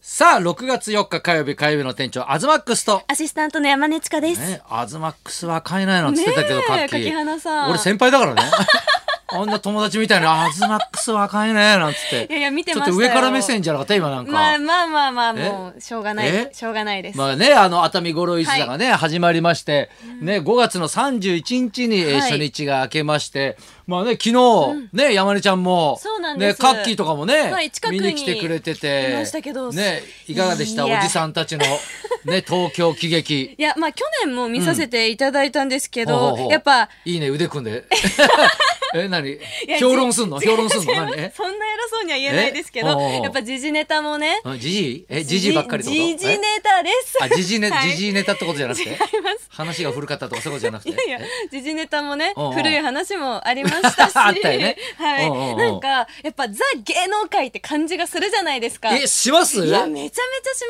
さあ6月4日火曜日火曜日の店長アズマックスと、アシスタントの山根千佳です。ね、アズマックスは買えないのって言ってたけど、ねえカッキー柿花さん俺先輩だからね あんな友達みたいなアズマックスは買えないなんつっていやいや見てまちしたょっよと上から目線じゃなかった今なんか、まあまあまあまあもうしょうがなえいしょうがないです。まあね、あの熱海五郎一座がね、始まりまして、ね、5月の31日に、えーはい初日が明けまして、まあね、昨日、ね、山根ちゃんもそう、なんでね、すカッキーとかもね、はい近く見にに来てくれてて、いましたけどね、いかがでしたおいやじさんたちの、ね、東京喜劇。いやまあ去年も見させていただいたんですけほうほど、うほうやっぱいいね、腕組ん で。え、何や評論すんの評論すんの違いま何すえそんな偉そうには言えないですけえおどうおうおうやっぱ時事ネタもねうんじじいえ、じじいばっかりってことじじえネタですあ、じじいね、はいじじいネタってことじゃなくて違います話が古かったとかそういうことじゃなくて。いやいや時事ネタもねおうおう古い話もありましたし あったよねはいおうおうおうなんかやっぱザ芸能界って感じがするじゃないですかえ、しますいやめちゃめちゃし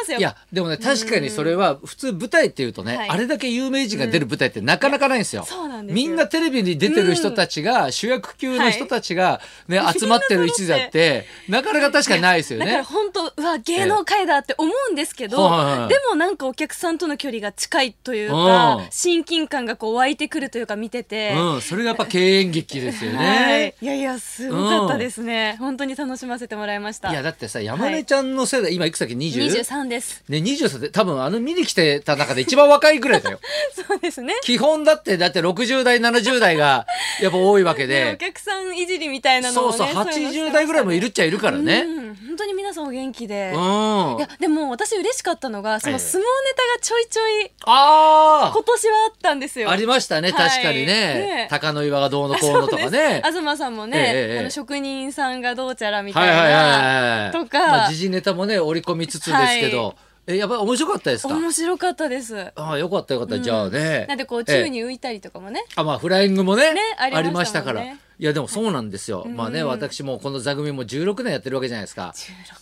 ますよいやでもね確かにそれは普通舞台っていうとね、はいあれだけ有名人が出る舞台ってなかなかないんですよ。そうなんですよみんなテレビに出てる人たちが、主役級の人たちが、ね集まってる一座ってなかなか確かにないですよだからね。本当うわ芸能界だって思うんですけええど、はいはいはいでもなんかお客さんとの距離が近いというか、うん親近感がこう湧いてくるというか見てて、うん、それがやっぱ敬遠劇ですよはいね。、いやいやすごかったですね、本当に楽しませてもらいましたいやだってさ山根ちゃんの世代、今いくつだっけ 20? 23です ね23で多分あの見に来てた中で一番若いぐらいだよ。 そうですね基本だってだって60代70代がやっぱ多いわけでおで。客さんいじりみたいなのそもうねそういのしてましたね80代ぐらいもいるっちゃいるからね。うん本当に皆さんお元気で、うん。いやでも私嬉しかったのがそええの相撲ネタがちょいちょいあ今年はあったんですあよありましたね、はい確かにねね鷹の岩がどうのこうのとか ね東さんもね、ええええあの職人さんがどうちゃらみたはいいな、はいはいはいとかまあ、時事ネタもね織り込みつつですけど、はえやっぱり面白かったですか面白かったです。ああよかったよかった、じゃあねなんでこうええ宙に浮いたりとかもね、あまあフライングもねねありましたもんねありましたからいやでもそうなんですよ、まあねうん私もこの座組も16年やってるわけじゃないですか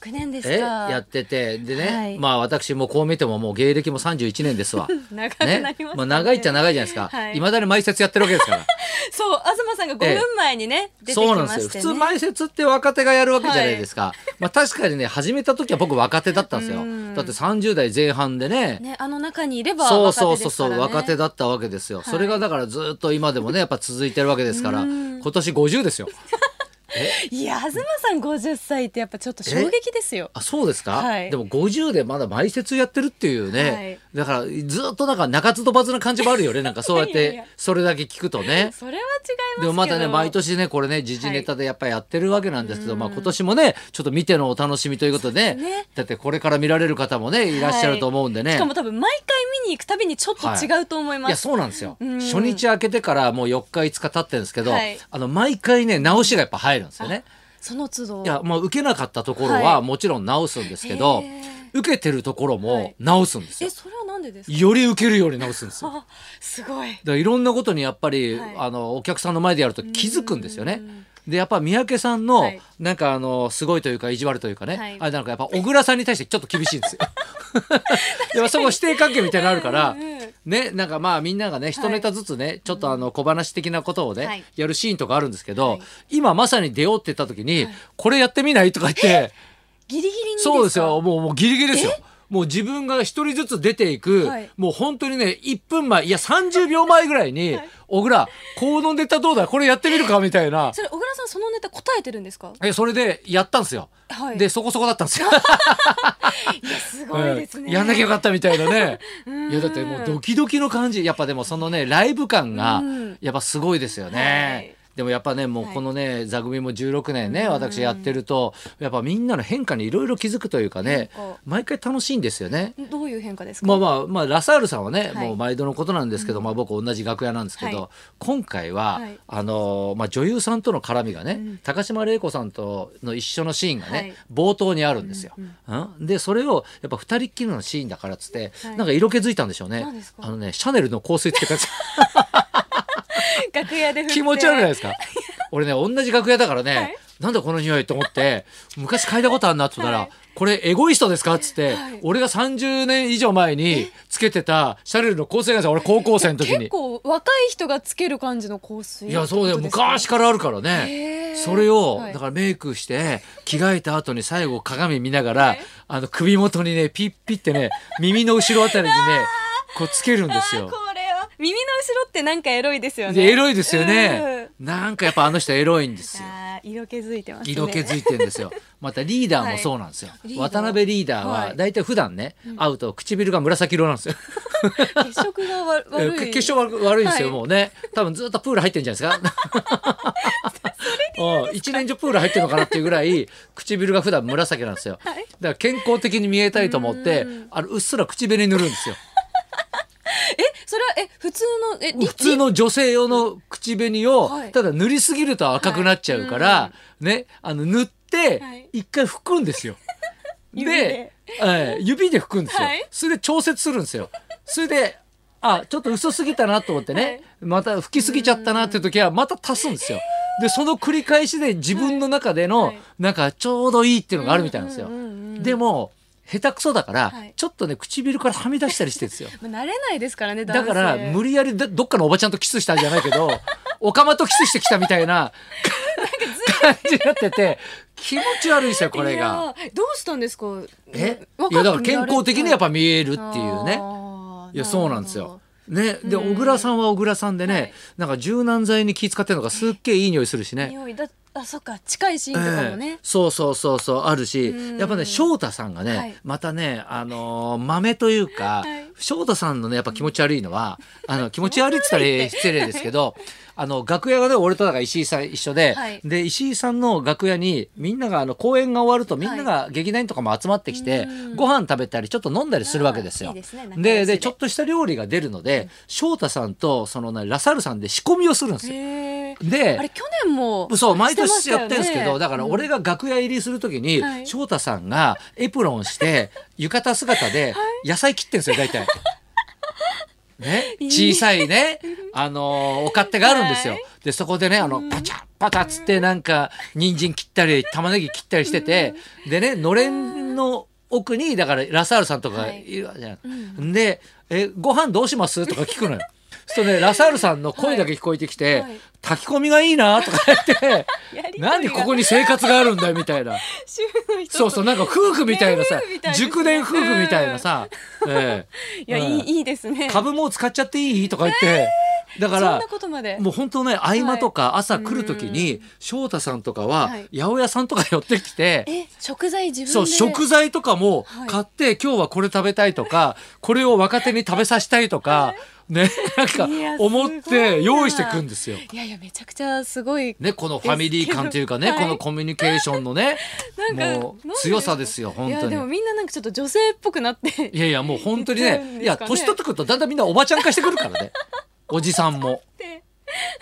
16年ですえか。やっててでね、はいまあ私もこう見てももう芸歴も31年ですわ長 くなりましたねまあ、長いっちゃ長いじゃないですか、はいいまだに毎節やってるわけですからそう東さんが5ええ分前にね、出てきそうなんまですよ。普して通ね。前説って若手がやるわけじゃないですか。まあ確かにね、始めた時は僕若手だったんですよう。んだって30代前半でね。ねあの中にいればそう若手ですかそうそうそらね。う、若手だったわけですよ。いそれがだからずっと今でもね、やっぱ続いてるわけですから、うん今年50ですよ。いや東さん50歳ってやっぱちょっと衝撃ですよ。あ、そうですか、はいでも50でまだ前説やってるっていうね。だからずっとなんか中津飛ばずな感じもあるよね。なんかそうやっいやいやいてや、それだけ聞くとね。それは違いますけど。でもまたね毎年ねこれね時事ネタでやっぱりやってるわけなんですけど、まあ今年もねちょっと見てのお楽しみということで、そうですねだってこれから見られる方もねいらっしゃると思うんでね、しかいも多分毎回見に行くたびにちょっと違うと思いまやす。そうなんですよ、うん初日明けてからもう4日5日経ってるんですけど、はいあの毎回ね直しがやっぱ入るんですよね。その都度。いやもう受けなかったところははいもちろん直すんですけど、へー受けてるところはもい直すんですよえ。それはなんでですか。より受けるように直すんですよ。だかあすごい。らいろんなことにやっぱり、はいあのお客さんの前でやると気づくんですよねう。んでやっぱ三宅さんの、はいなんかあのすごいというか意地悪というかね、はいあれなんかやっぱ小倉さんに対してちょっと厳しいんです よ。やっぱそこ指定関係みたいなのあるから、うんうんねなんかまあみんながね一ネタずつね、ちょっとあの小話的なことをね、はいやるシーンとかあるんですけど、はい今まさに出ようって言った時に、これやってみないとか言って。ギリギリにですか。そうですよ。もうもうギリギリですよ。もう自分が一人ずつ出ていく、はいもう本当にね、1分前、いや30秒前ぐらいに、小倉、このネタどうだこれやってみるかみたいな。それ小倉さんそのネタ答えてるんですか。え、それでやったんですよ。はい。で、そこそこだったんですよ。いやすごいですね。やんなきゃよかったみたいなね。 うんいや、だってもうドキドキの感じ。やっぱでもそのね、ライブ感がうん、やっぱすごいですよね。でもやっぱねもうこのね、座組も16年ね私やってるとやっぱみんなの変化にいろいろ気づくというかね変化毎回楽しいんですよね。どういう変化ですか。まあまあまあラサールさんはね、はいもう毎度のことなんですけど、まあ僕同じ楽屋なんですけど、はい今回は、はいあのーまあ女優さんとの絡みがね、ん高島玲子さんとの一緒のシーンがね、はい冒頭にあるんですよ。うんうんでそれをやっぱ二人っきりのシーンだからっつって、はいなんか色気づいたんでしょうね何です。かあのねシャネルの香水つけたやつ楽屋で振っ て気持ち悪いじゃない ですか。俺ね同じ楽屋だからね、いなんだこの匂いと思って昔嗅いだことあんなって言ったら、はいこれエゴイストですか?」っつって、俺が30年以上前につけてたシャネルの香水なんですよ俺高校生の時に結。構若い人がつける感じの香水いやそうだよってことで昔すからあるからへねーそれをはいだからメイクして着替えた後に最後鏡見ながらいあの首元にねピッピってね耳の後ろあた りにねこうつけるんですあーよこ。れは耳の後ろってなんかエロいですよねでエロいですよね。なんかやっぱあの人エロいんですよ。あー色気づいてますね色気づいてんです よ。またリーダーもそうなんですよ。いリーダー渡辺リーダーははいだいたい普段ね、会うと唇が紫色なんですよ。血色がわ悪いえ化粧悪悪いんですよ、はいもうね。多分ずっとプール入ってんじゃない ですか。 うん一年中プール入ってるのかなっていうぐらい唇が普段紫なんですよ。だから健康的に見えたいと思って、あのうっすら口紅塗るんですよ。えそれはえ普通のえリ普通の女性用の口紅をはいただ塗りすぎると赤くなっちゃうから、ねあの塗っはいて一回拭くんですよ。 指でええ指で拭くんですよ、はいそれで調節するんですよ。それであちょっと薄すぎたなと思ってね、はいまた拭きすぎちゃったなっていう時はまた足すんですよ。でその繰り返しで自分の中での、はいはいなんかちょうどいいっていうのがあるみたいなんですよ。うんうんうんうんでも下手くそだから、はいちょっとね唇からはみ出したりしてるんですよ。もう慣れないですからねだから無理やりどどっかのおばちゃんとキスしたんじゃないけ どおかまとキスしてきたみたいな感じになってて気持ち悪いですよこれが。いやどうしたんですかえ若くいやだから健康的にやっぱ見えるって見らいれうね。あーいやそうなんですよ。ね、でうん小倉さんは小倉さんでね、はいなんか柔軟剤に気使ってるのがすっげえいい匂いするしなるほどね。匂いだあそっか近いシーンとかもええね、そうそうそうそうあるしうんやっぱね翔太さんがね、はいまたねあのー豆というか、はい翔太さんのねやっぱ気持ち悪いの はあの気持ち悪いって言ったら失礼ですけどあの楽屋がね俺とだから石井さん一緒で、はいで石井さんの楽屋にみんながあの公演が終わるとみんなが劇団員とかも集まってきて、うんご飯食べたりちょっと飲んだりするわけですよ。あーいいですね仲良しでででちょっとした料理が出るので、翔太さんとその、ね、ラサールさんで仕込みをするんですよ。へーであれ去年もそう毎してま年したよやねってるんですけど、だから俺が楽屋入りするときに、はい翔太さんがエプロンして浴衣姿 で野菜切ってんですよ大体。ね、いい小さいね、あのーお勝手があるんですよ。はいでそこでねあのパチャッパタッつってなんか人参切ったり玉ねぎ切ったりしてて、でねのれんの奥にだからラサールさんとかいるわけじゃん。でえ「ご飯どうします?」とか聞くの よ。そうするとねラサールさんの声だけ聞こえてきて「はいはい炊き込みがいいな」とか 言って。やりとりがなんでここに生活があるんだよみたい な主婦の人とそうそうなんか夫婦みたいなさね夫婦みたいですね熟年夫婦みたいなさ、ええいやいいいいですね株もう使っちゃっていいとか言って、だかそんらなことまでもう本当ね合間とか朝来る時に、翔太さんとかははい八百屋さんとか寄ってきて、え食材自分でそう食材とかもはい買って、今日はこれ食べたいと かこれを若手に食べさせたいとか、ねなんかいやすごいな思って用意してくんですよ。いやいやめちゃくちゃすごいね、このファミリー感というかね、ですけこどのコミュニケーションのね、 なんかもう強さですよ、い本や当でもに。みんななんかちょっと女性っぽくなっていやいや、もう本当に言っちゃうね、んですかねいや、年取ってくるとだんだんみんなおばちゃん化してくるからね。 おじさんも。で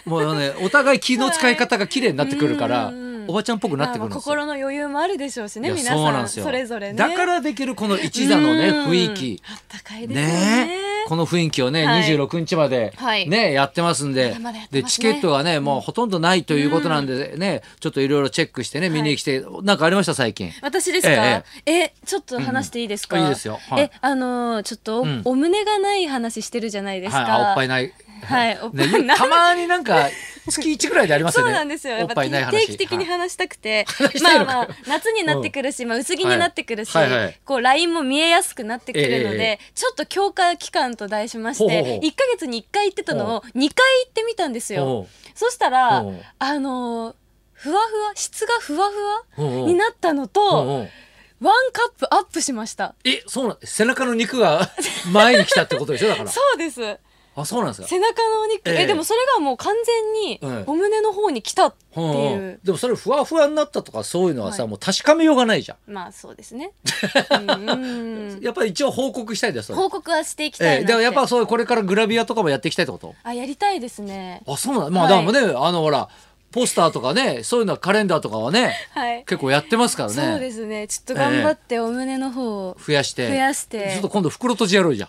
もうね、お互い気の使い方が綺麗になってくるからはいうん、おばちゃんっぽくなってくるんですよ。心の余裕もあるでしょうしいねや皆さんそうなんですよ。それぞれねだからできるこの一座のね、うん雰囲気。あったかいですよねね、この雰囲気をね、はい26日まで、はいね、やってますんで、まだまだやってでますねチケットがね、もうほとんどないということなんでね、ちょっといろいろチェックしてね、見に来て、なんかありました最近。私ですかえ、えちょっと話していいですか、うんあいいですよはいえあのーちょっとお,、ん胸がない話してるじゃないですか、はい、あおっぱいない。はい おっぱねいない、たまになんか月一ぐらいであります そようね。なんですよ。おやっっぱぱいない話。定期的にはい話したくて、話したいまあのかまあ夏になってくるし、まあ薄着になってくるし、はいはいはいこうラインも見えやすくなってくるのえええで、ちょっと強化期間と題しましほうほうほてう、一ヶ月に一回行ってたのを二回行ってみたんですおよう。そしたらおうあのーふわふわ質がふわふおうおわうになったのうんとうんワンカップアップしました。え、そうなん、背中の肉が前に来たってことでしょだから。 そうです。あ、そうなんですか。背中のお肉、えええでもそれがもう完全えにえお胸の方に来たってうんうんいう。でもそれふわふわになったとかそういうのはさ、はいもう確かめようがないじゃん。まあそうで すね。うんうんやっぱり一応報告したいです。それ報告はしていきたいなえっえ、て。でもやっぱそういうこれからグラビアとかもやっていきたいってこと。あやりたいですね。あ、そうなん。まあ、はだいからね、あのほら、ポスターとかね、そういうのはカレンダーとかはね、はい。結構やってますからね。そうですね。ちょっと頑張ってお胸の方を。増やして増やしてちょっと今度袋閉じやろうじゃん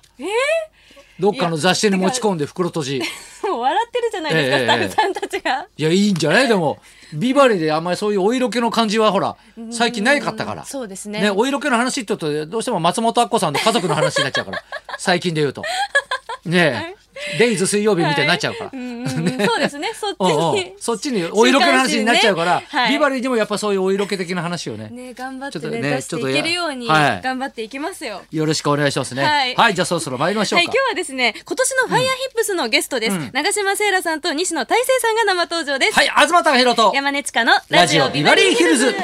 どっかの雑誌に持ち込んで袋閉じいもう笑ってるじゃないですか、ええスタッフさんたちが。やいいんじゃないでもビバリーであんまりそういうお色気の感じはほら最近ないかったからうんそうですねねお色気の話って言うとどうしても松本明子さんの家族の話になっちゃうから最近で言うとねえ「デイズ水曜日」みたいになっちゃうから。うんうん そうですねそっちうんう んにそっちにお色気の話になっちゃうから、週刊誌にね はいビバリーにもやっぱそういうお色気的な話をねね頑張っちょてっとねね出していけるようにちょっとやはい頑張っていきますよ。よろしくお願いしますねは、はいいじゃあそろそろ参りましょうはか、い、今日はですね、今年のファイアヒップスのゲストです。うん長島聖羅さんと西野大成さんが生登場です。はい、東隆弘と山根千佳のラジオビバリーヒルズ。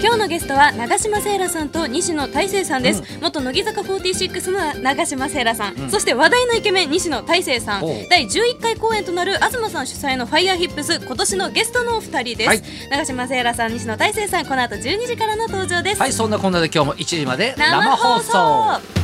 今日のゲストは長島聖羅さんと西野大成さんです、元乃木坂46の長島聖羅さん、そして話題のイケメン西野大成さんおう第11回公演となる東さん主催のファイヤーヒップス今年のゲストのお二人です、はい長島聖羅さん西野大成さんこの後12時からの登場です、はい、そんなこんなで今日も1時まで生放送